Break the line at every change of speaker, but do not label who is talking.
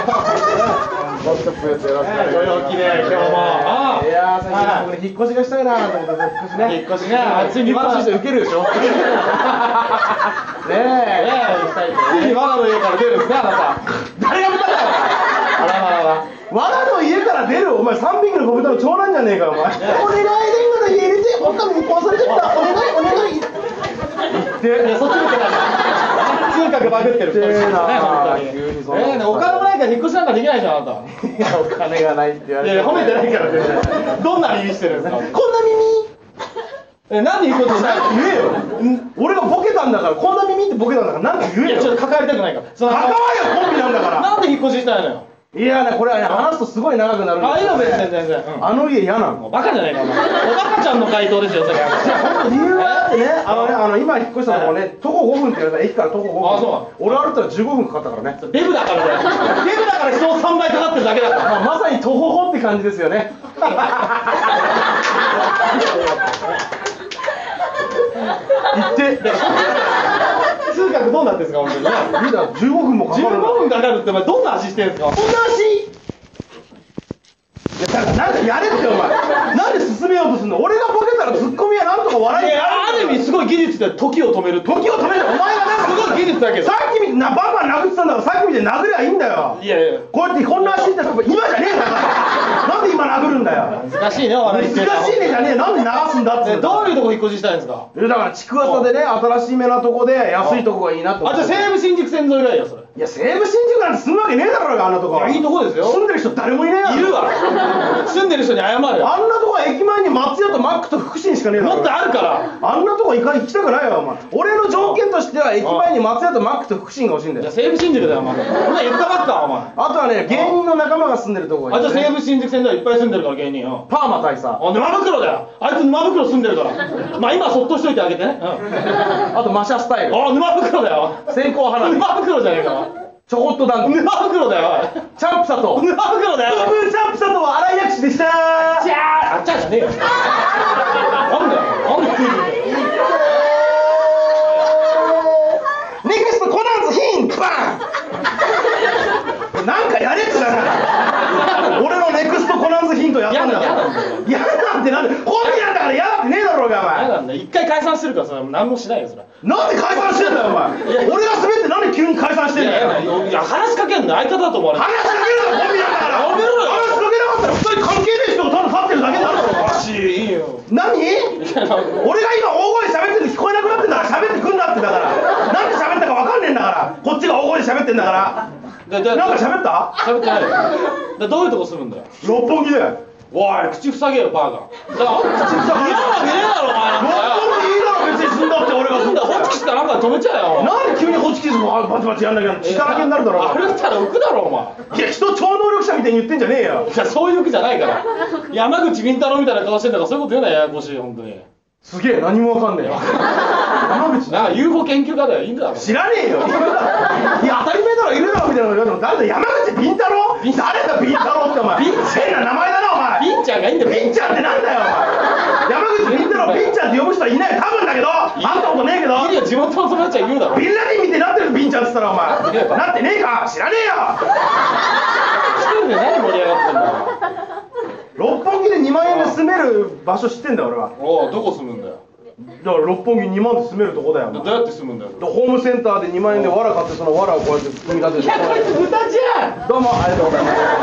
ご陽気で今日も
もっと増えてよろしくお願いしますいやー最近僕ね引っ越しがしたいなと思って引っ越しね
引っ越しね、熱い日本人受けるでしょ。ね
ね
え、
え
ついに我がの家から出るんですね、あなた。誰が見たんだよ。あらあらあら。
わらの家から出るお前三匹の小豚の長男じゃねえかお前お願いだ今の家入れて本当に壊されちゃったお願いお願い言
いや、そっち見てない。通覚バグってる。
ってえな
ね、
急に
本
そ
当
ん
に。え
な
えね、お金もないから引っ越しなんかできないじゃん、あなた。
いやお金がないって言わ
い
れ
やいや、
て
褒めて
い
ないから、全然。どんな耳してるんですか。
こんな耳
え、なんで引っ越ししたの。
言えよん俺がボケたんだからこんな耳ってボケたんだからなんか言
い
え
や、
よ
ちょっと関わりたくないから。その
関われよコンビなんだか
なんで引っ越ししたいのよ。
らいやねこれはね話すとすごい長くなるんだ
あ、いい
け
の、
どね
別に、全然。うん
あの家嫌な
もう
の
バカじゃないか、お前。おバカちゃんの回答ですよ、それ。
理由はあってねあのねあの今引っ越したとこね徒歩5分って言われたら駅から徒歩5分
あそ
俺歩いたら15分かかったからね
デブだからだよデブだから人の3倍かかってるだけだから
まあまさにトホホって感じですよね。言って、
通学どうなってんすか本当にね
リーダー15分もかかる
15
の。
分かかるってお前どんな足してんすか
同じ。いやだからなんかやれってお前。なんで進めようとすんの。俺がボケたらツッコミやなんとか笑い
い
に
やある意味すごい技術で時を止める時
時を止めてお前がなんか
すごい技術だけど
さっきみたいになバンバン殴ってたんだからさっきみたいに殴りゃいいんだよ。
いやいや
こうやってこんな足ってたら今じゃねえんだから。なんで今殴るんだよ。
難しいねお
難
笑いって
しいねじゃねえよ。なんで流すんだっつう
で
んだ
どういうとこ引っ越ししたいんですか
えだから築浅でね新しめなとこで安いとこがいいなと思
あ
っ
じ
て
ゃあ西武新宿線沿いぐらいよそれ
いや西武新宿なんて住むわけねえだろうがあんなとこ
いやいいとこですよ
住んでる人誰もいねえだろ
いるわ住んでる人に謝るよ
あんなとこは駅前に松屋とマックと福神しかねえだろ
もっとあるから
あんなとこ行か行きたくないわお前俺の条件としては駅前に松屋とマックと福神が欲しいんだ
じゃあ
よ
西武新宿だよお前お前言ったばっかお前
あとはね芸人の仲間が住んでるとこがい
あ
い
じゃあ
ね、
西武新宿線ではいっぱい住んでるから芸人よ
パーマ大佐
あで真袋だよあいつ沼袋住んでるからまあ今はそっとしといてあげてねうん
あとマシャスタイル
あ沼袋だよ
線香花火
沼袋じゃねえか
ちょこっとダンス
沼袋だよ
チャンプ佐
おい
藤
沼袋だよ
ブーチャンプ佐藤は新井薬師でした
じゃああっちゃーじゃねえよなんだよなんで
ネクストコナンズヒンバンなんかやれっつだな俺のネクストコナンズヒントやったんだからやなんてなんでコンビなんだからやだってねえだろうが
嫌
お
なんだよ一回解散してるからそれは何もしないよそれ
前なんで解散してんだよお前俺が滑ってなんで急に解散してん
い
だよ
やいやいや話しかけんの相方だと思われ
話
て
しかけるなコンビなんだから
やめろよ
話しかけなかったら二人関係ねえ人がただ立ってるだけになるだろ
おかしいいいよ
何
いやなんか
俺が今大声で喋ってるの聞こえなくなってんだから喋ってくんだってだからなんで喋ったかわかんねえんだからこっちが大声で喋ってんだから
だだ
なんか喋った
喋ってないよだどういうとこ住むんだよ
六本木で六
おい口塞げよバーガーだから口塞げ嫌なわけねえだろお前なん
本木いいだろ別に住んだって俺が
だよホッチキスかなんかで止めちゃえよお前
なんで急にホチキスもバチバチやんなきゃ血だらけになるだろ
あれだったら浮くだろお前
いや人超能力者みたいに言ってんじゃねえよ
いやそういうわけじゃないから山口敏太郎みたいな顔してんだからそういうこと言うなややこしい本当に
すげえ何もわかんねえよ 山口
なんか UFO 研究家だよいいんだろ
知らねえよいるだろいや当たり前だろいるだろみたいなの言われても誰だ山口敏太郎誰だ敏太郎ってお前変な名前だなお前
ピンちゃんがいいんだよ
ピンちゃんってなんだよお前山口ピン太郎ピンちゃんって呼ぶ人はいないよ多分だけど会ったことねえけど
いいよ地元の友達は言うだろ
ビンラディンみたいになってるピンちゃんっつったらお前なってねえか知らねえよ
一人で何盛り上がってんだよ
六本木で2万円で住める場所知ってんだよ俺は
おうどこ住むんだよ
だから六本木2万で住めるとこだよお
ど
前
うやって住むんだよ
でホームセンターで2万円で藁買ってその藁をこうやって組み立てて
いつ豚じゃん
どうもありがとうございます